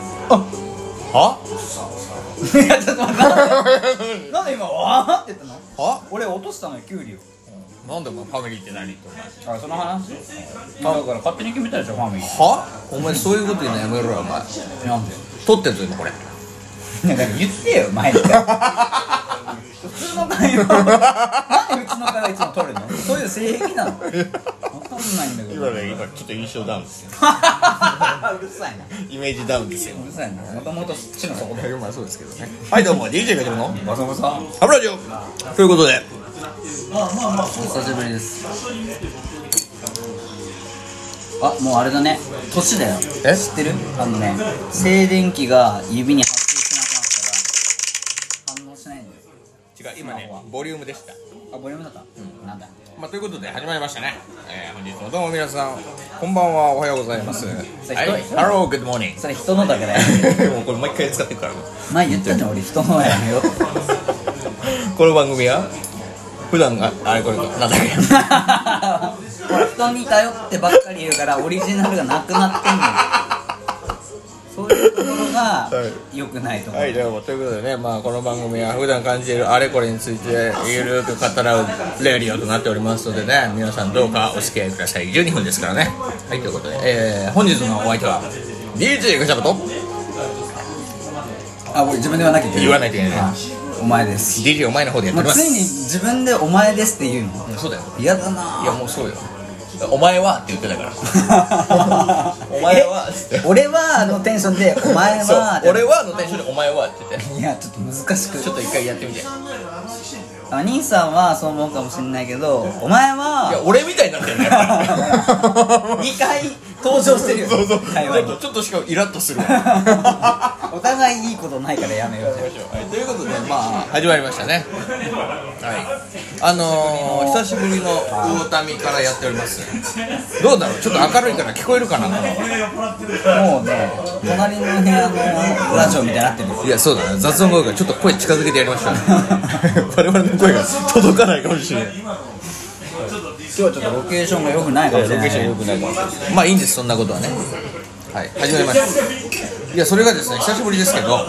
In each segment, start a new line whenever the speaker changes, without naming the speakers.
はい
やちょっと待ってなんで今わーって言ったの
は
俺落としたのよキュウリを
なんでお前ファミリーって何ってお前
あその話あだから勝手に決めたでしょファミリ
はお前そういうこと言うのやめろよお前
ーなんで
撮ってんぞ今これ
だから言ってよ前に普通の会話なんでうちの会話いつも取るのそういう性癖なの分かんないんだけどう
ね今ちょっと印象ダウンですよ
るさいな
イメージダウンですよ
うるさいなもともと地の底だよ
まあそうですけどねはいどうも DJ が出るの
バサバサま
ハブラジオということで
あまあまあそう
久しぶりです
あもうあれだね年だよ
え
知ってるあのね静電気が指に発生しなくなったら反応しないんだよ
違う今ねボリュームでした
あボリュームだったうんなんだ
まあということで始まりましたね、えー、本日もどうも皆さんこんばんはおはようございますはい
それひどい
ハローグッドモーニン
それ人のだけだよ
グ もうこれ毎回使ってるから
前言ったじゃん俺人のやめよう
この番組は普段があれこれなんだっけ
ほら 人に頼ってばっかりいるからオリジナルがなくなってんのよそういうところが
は
良くないと思う、
はいどうもということでね、まあ、この番組は普段感じているあれこれについてゆるく語らうレディオとなっておりますのでね皆さんどうかお付き合いください12分ですからねはいということで、えー本日のお相手は DJ ガチャバと
あ俺自分で言わなきゃいけない
言わないといけないね
あお前です、
DJ お前の方でやって
ま
お
あ、
りま
ついに
す
自分で「お前です」って言うの
そうだよ
嫌だ
いや
な
もうそうよお前はって言ってたからお前はっつって
え俺はのテンションで「お前
そう
は」
俺はのテンションでお前はって言って
いやちょっと難しく
ちょっと一回やってみてい
あ兄さんはそう思うかもしれないけどお前 は
や俺みたいになってる ねやっぱり
2回登場してるよ
そうそう
会話
ちょっと
に
ちょっとしかイラッとするわ
お互いいいことないからやめようじゃ
はいということでまあ始まりましたねはいあのー、久しぶりの魚民からやっておりますどうだろうちょっと明るいから聞こえるかな
あもうね隣の部屋のラジオみたいになってる
いやそうだね雑音が多いからちょっと声近づけてやりましょう 我々の声が届かないかもしれない
今日はちょっとロケーションが良くないかもしれない
くないまあいいんですそんなことはねはい始まりましたいやそれがですね久しぶりですけど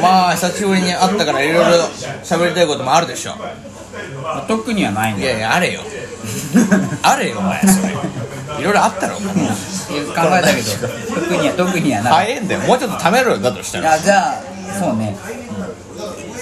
まあ久しぶりに会ったからいろいろ喋りたいこともあるでしょ
まあ特にはないん
い
だよ
やいやあれよあれよお前それいろいろあったろお前もう
考えたけど特には特にはない、
早えんだよもうちょっと貯めろよだとした
い、
ら
やじゃあそうね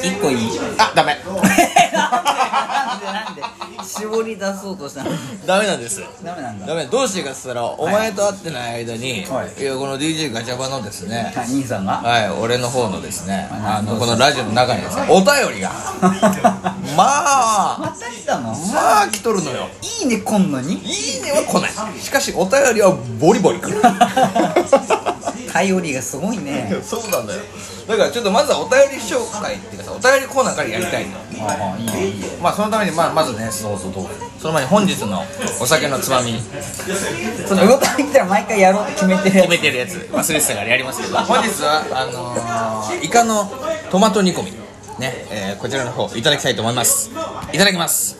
一個いい
あダメ
なんでなんでなんで絞り出そうとしたの
ダメなんです
ダメなんだ
ダメどうしてかっつったらお前と会ってない間に、
はい
いやこの DJ ガチャバのですね
あ兄さんが
はい俺の方のですね
はい
あのこのラジオの中にですねお便りがまあ
また来たの
まあ来とるのよ
いいねこんのに
いいねは来ないしかしお便りはボリボリ来 る
頼りがすごいね
そうなんだよだからちょっとまずはお便り紹介っていうかさお便りコーナーからやりたいの
ああいいねいいね
まあそのためにまあまずねそうそうそうその前に本日のお酒のつまみ
その動きに来たら毎回やろうって決めてる
決めてるやつ忘れてたからやりますけど本日はあのー、イカのトマト煮込みね、えーこちらの方いただきたいと思いますいただきます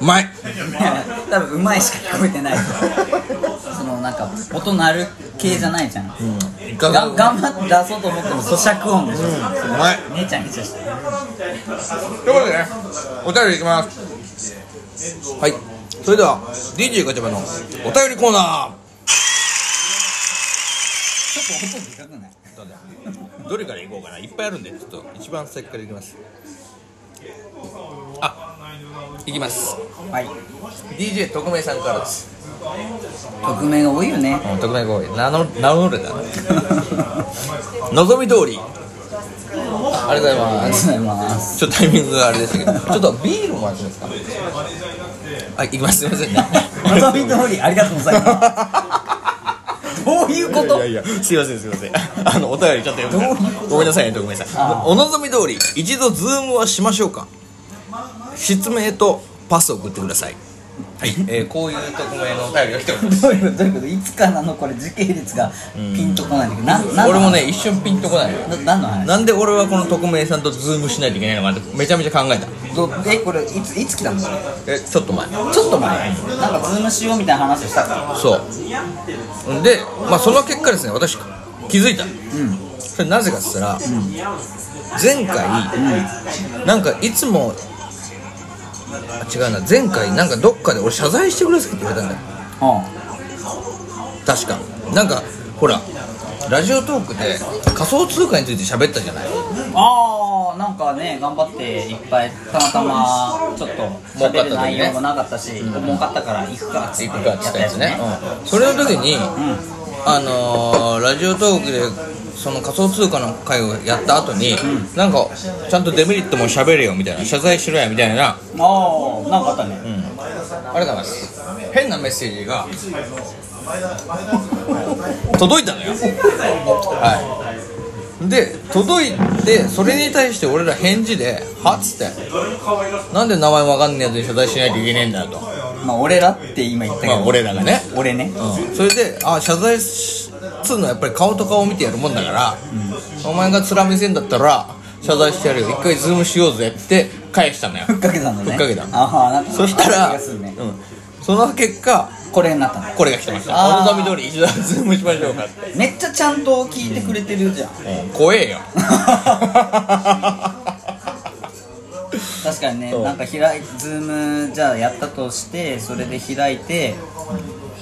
うまい
多分うまいしか聞こえてないそのなんか音鳴る系じゃないじゃん、
イカ
が
うまい
頑張って出そうと思っても咀嚼音でしょ、
うまい
姉ちゃんめちゃしてる
ということでねお便りいきますはいそれでは DJ ガチャバのお便りコーナ
ちょっと音でかくない
ーどれからいこうかないっぱいあるんでちょっと一番先からいきますあいきます
はい
DJ 特命さんからです
匿名が多いよね
特命行為名乗名乗れたね望み通りありがとうござい
あ
ま
りが
す
とうございます
ちょっとタイミングがあれでしたけどちょっとビールもあるんですかはい行きますすいませ んね
望み通りありがとうございますどういうこと
いやいやすいませんすいません あのお便りちょっと読む
どういうこと
ごめんなさいねごめんなさ
あ
いお望み通り一度ズームはしましょうか失明とパスを送ってくださいはい、えー、こういう匿名のお便りが来ております
どういうことどういうこといつからのこれ時系列がピンとこないんだけどななんの
俺もね一瞬ピンとこないよ
な何の話
なんで俺はこの匿名さんとズームしないといけないのかなってめちゃめちゃ考えた
どえこれいついつ来たんですか
えちょっと前
ちょっと前なんかズームしようみたいな話をしたから
そうで、まあ、その結果ですね私気づいたそれなぜかっつったら、前回、なんかいつもあ違うな前回なんかどっかで俺謝罪してくださいって言われたんだよ
うん
確かなんかほらラジオトークで仮想通貨について喋ったじゃない
ああなんかね頑張っていっぱいたまたまちょっと喋る内容もなかったし儲かったから行くかっつって
行
や
く
っ
かって言ったた
や
や
つ
つ
ね
ね、うんそれの時に、あのーラジオトークでその仮想通貨の会をやった後に、なんかちゃんとデメリットも喋れよみたいな謝罪しろやみたいな、
ああなんかあったね
ありがとうございます変なメッセージが届いたのよはいで届いてそれに対して俺ら返事で「はっ?」つって「なんで名前わかんねえやつに謝罪しないといけねえんだ」と
まあ俺らって今言ったけ
ま
ど、
あ俺らがね
俺ね
うん、それであ謝罪しつうのはやっぱり顔と顔を見てやるもんだから、お前が面見せんだったら謝罪してやるよ一回ズームしようぜって返したのよ
ふっかけたんだね
ふっかけた
ああなんか
そした
気
ら、
がするね
うん、その結果
これになったの
これが来てましたお
あー
望み通り一度ズームしましょうかって、
めっちゃちゃんと聞いてくれてる じゃん
怖えよ
確かにね
そう
なんか開いズームじゃあやったとしてそれで開いて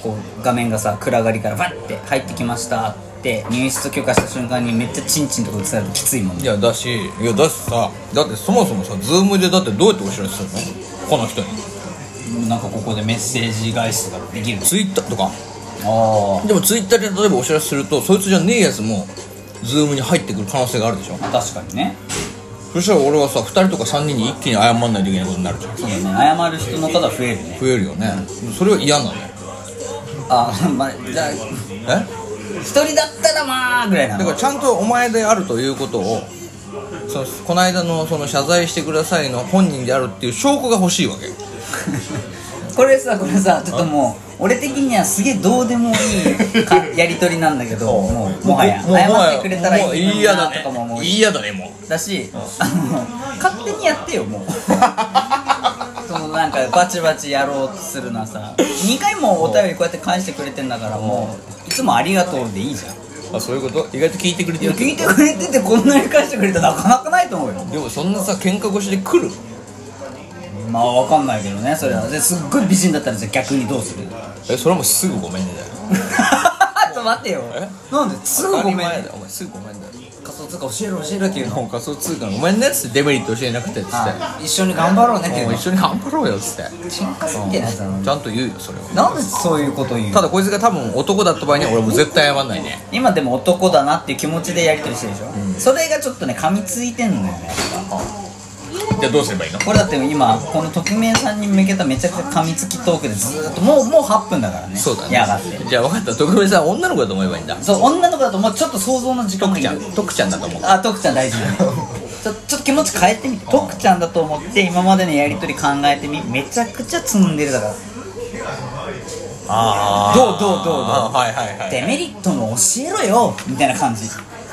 こう画面がさ暗がりからバッて入ってきましたって入室許可した瞬間にめっちゃチンチンとか映されるときついもん
い
ね
やだしいやだしさだってそもそもさズームでだってどうやってお知らせするのこの人に
なんかここでメッセージ返しとかできる
ツイッターとか
あ
でもツイッターで例えばお知らせするとそいつじゃねえやつもズームに入ってくる可能性があるでしょ
あ確かにね
そしたら俺はさ2人とか3人に一気に謝んないといけないことになるじゃん
そうだね謝る人の方増えるね
増えるよねそれは嫌なのよ
あまあじゃあ
え
一人だったらまあぐらいな
だから
の
ちゃんとお前であるということをそのこの間のその謝罪してくださいの本人であるっていう証拠が欲しいわけよ
これさこれさちょっともう俺的にはすげえどうでもいいかやり取りなんだけどもうもはや
もうもは
謝ってくれたら
もう
いいのに
嫌だ
なとかも
ね
思うし
嫌だねも
だし、あの勝手にやってよもう そのなんかバチバチやろうとするのはさ2回もお便りこうやって返してくれてんだからもういつも「ありがとう」でいいじゃん
うあそういうこと意外と聞いてくれ
い
て
や
る
聞いてくれててこんなに返してくれたらなかなかないと思うよ
でもそんなさ喧嘩越しで来る
まあわかんないけどねそれはですっごい美人だったらじゃあ逆にどうするちょ
えそれはもうすぐごめんねだよ
っと待ってよ
え
なんですぐごめん
当たり前
ね
だよお前すぐごめんだよ
仮想通貨教えろ教えろっていうの
もう仮想通貨のごめんねっつってデメリット教えなくてっつって
あ一緒に頑張ろうねっていう
もう
の
一緒に頑張ろうよっつって
喧嘩すぎてないやつなのに
ちゃんと言うよそれは
なんでそういうこと言う
ただこいつが多分男だった場合には俺も絶対謝んないね
今でも男だなっていう気持ちでやり取りしてるでしょ、それがちょっとね噛みついてんのよね
じゃあどうすればいいの
これだって今この匿名さんに向けためちゃくちゃ噛みつきトークでずーっともうもう8分だからね
そうだね
やがって
じゃあ分かった徳部さん女の子だと思えばいいんだ
そう女の子だともうちょっと想像の時間
徳
がい
ちゃ
る
ん徳ちゃんだと思う
あ徳ちゃん大事だね ちょちょっと気持ち変えてみて徳ちゃんだと思って今までのやり取り考えてみめちゃくちゃ積んでるだから
あ
どうどうどうどう
あーはいはいはい
デメリットも教えろよみたいな感じ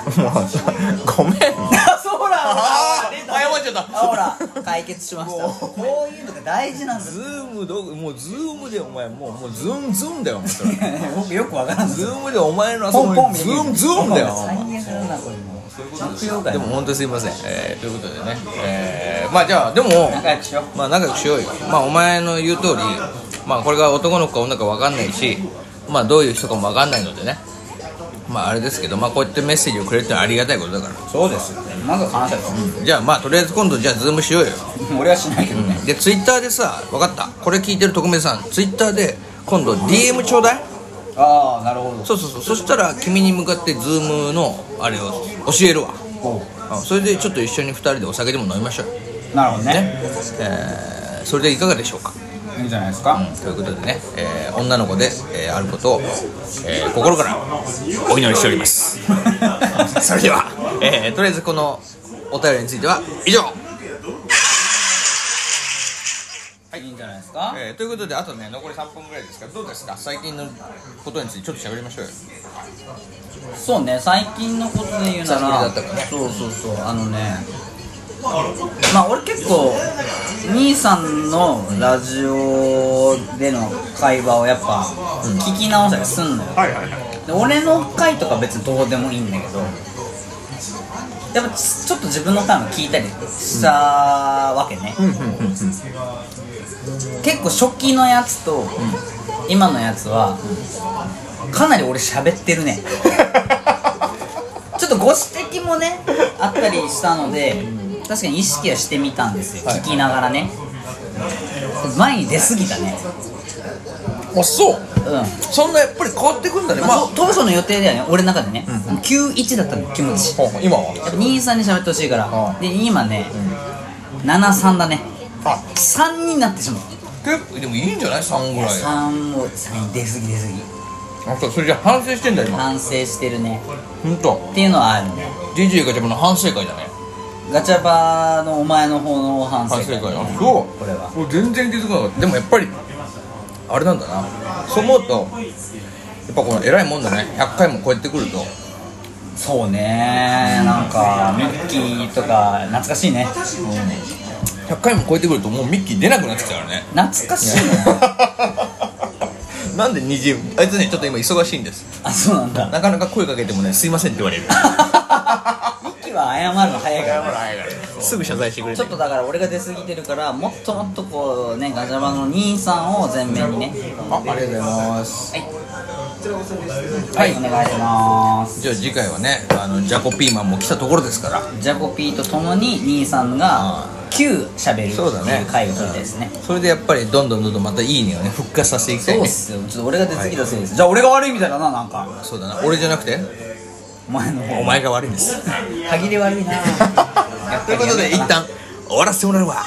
もうさごめん
あそうほらほ
ああ
ら
謝っちゃった
あほら解決しましたこういうのが大事なんです
ズームどもうズームでお前もうもうズンズンだよお前それ
僕よくわからん
ズームでお前のあそ
ポンポ
こ
ン
にズンズンだよ
最悪だなこれもう着用外
でも本当にすいません、えー、ということでね、えー、まあじゃあでも
仲良くしよう
まあ仲良くしようよまあお前の言う通りまあこれが男の子か女の子か分かんないしまあどういう人かも分かんないのでねまああれですけどまあこうやってメッセージをくれるってのはありがたいことだから
そうですよねまずは話し合
じゃあまあとりあえず今度じゃあズームしようよ
う 俺はしないけどね
でツイッターでさ分かったこれ聞いてる特命さんツイッターで今度 DM ちょうだい
ああなるほど
そうそうそうそしたら君に向かってズームのあれを教えるわ
こ
うんそれでちょっと一緒に2人でお酒でも飲みましょうよ
うなるほどね
ね、えーそれでいかがでしょうか、
いいんじゃないですか
ということでね、えー女の子で、えーあることを、えー心からお祈りしております それでは、えーとりあえずこのお便りについては以上
いいんじゃないないですか
えーということであとね残り3分ぐらいですがどうですか最近のことについてちょっと喋りましょうよ
そうね最近のことで言うな
久
ら
しぶりだったからね
そうそうそうあのねまあ俺結構兄さんのラジオでの会話をやっぱ聞き直したりすんのよ、
はいはいはい
で俺の回とか別にどうでもいいんだけどやっぱちちょっと自分のターンを聞いたりしたわけね、結構初期のやつと今のやつはかなり俺喋ってるねちょっとご指摘もねあったりしたので確かに意識はしてみたんですよ
はい
聞きながらね前に出過ぎたね
あそう
うん
そんなやっぱり変わってくんだね
まあ、当初の予定ではね俺の中でね、91だったの気持ち
ほうほう今は
23に喋ってほしいから、
う
で今ね、73だね
あ
3になってしまった
結構でもいいんじゃない3ぐらい
3も3出過ぎ出過ぎ
あそうそれじゃあ反省してんだ今
反省してるね
本当。
っていうのはあるね
DJ が自分の反省会だね
ガチャバのお前の方の反省
反
会
省会
だね
あそう
これは
俺全然気づかなかったでもやっぱりあれなんだなそう思うとやっぱこの偉いもんだね100回も超えてくると
そうねなんかミッキーとか懐かしいね
100回も超えてくるともうミッキー出なくなってきたからね
懐かしいね
なんで虹あいつねちょっと今忙しいんです
あそうな んだ
なかなか声かけてもねすいませんって言われる
ミッキーは謝るの早いから
すぐ謝罪してくれ
ちょっとだから俺が出過ぎてるからもっともっとこうねガジャバの兄さんを前面にね
あありがとうございます
はいお願いします
じゃあ次回はねあのジャコピーマンも来たところですから
ジャコピーと共に兄さんが9喋る
そうだ
ってい
ね
う回を聞いたですね
それでやっぱりどんどんどんどんまたいいねをね復活させていきたい
そう
ね
っすよちょっと俺が出過ぎたせいです、じゃあ俺が悪いみたいだななんか
そうだな俺じゃなくて
お前の方
お前が悪いんです
歯切れ悪いなやっぱり
ということで一旦終わらせてもらうわ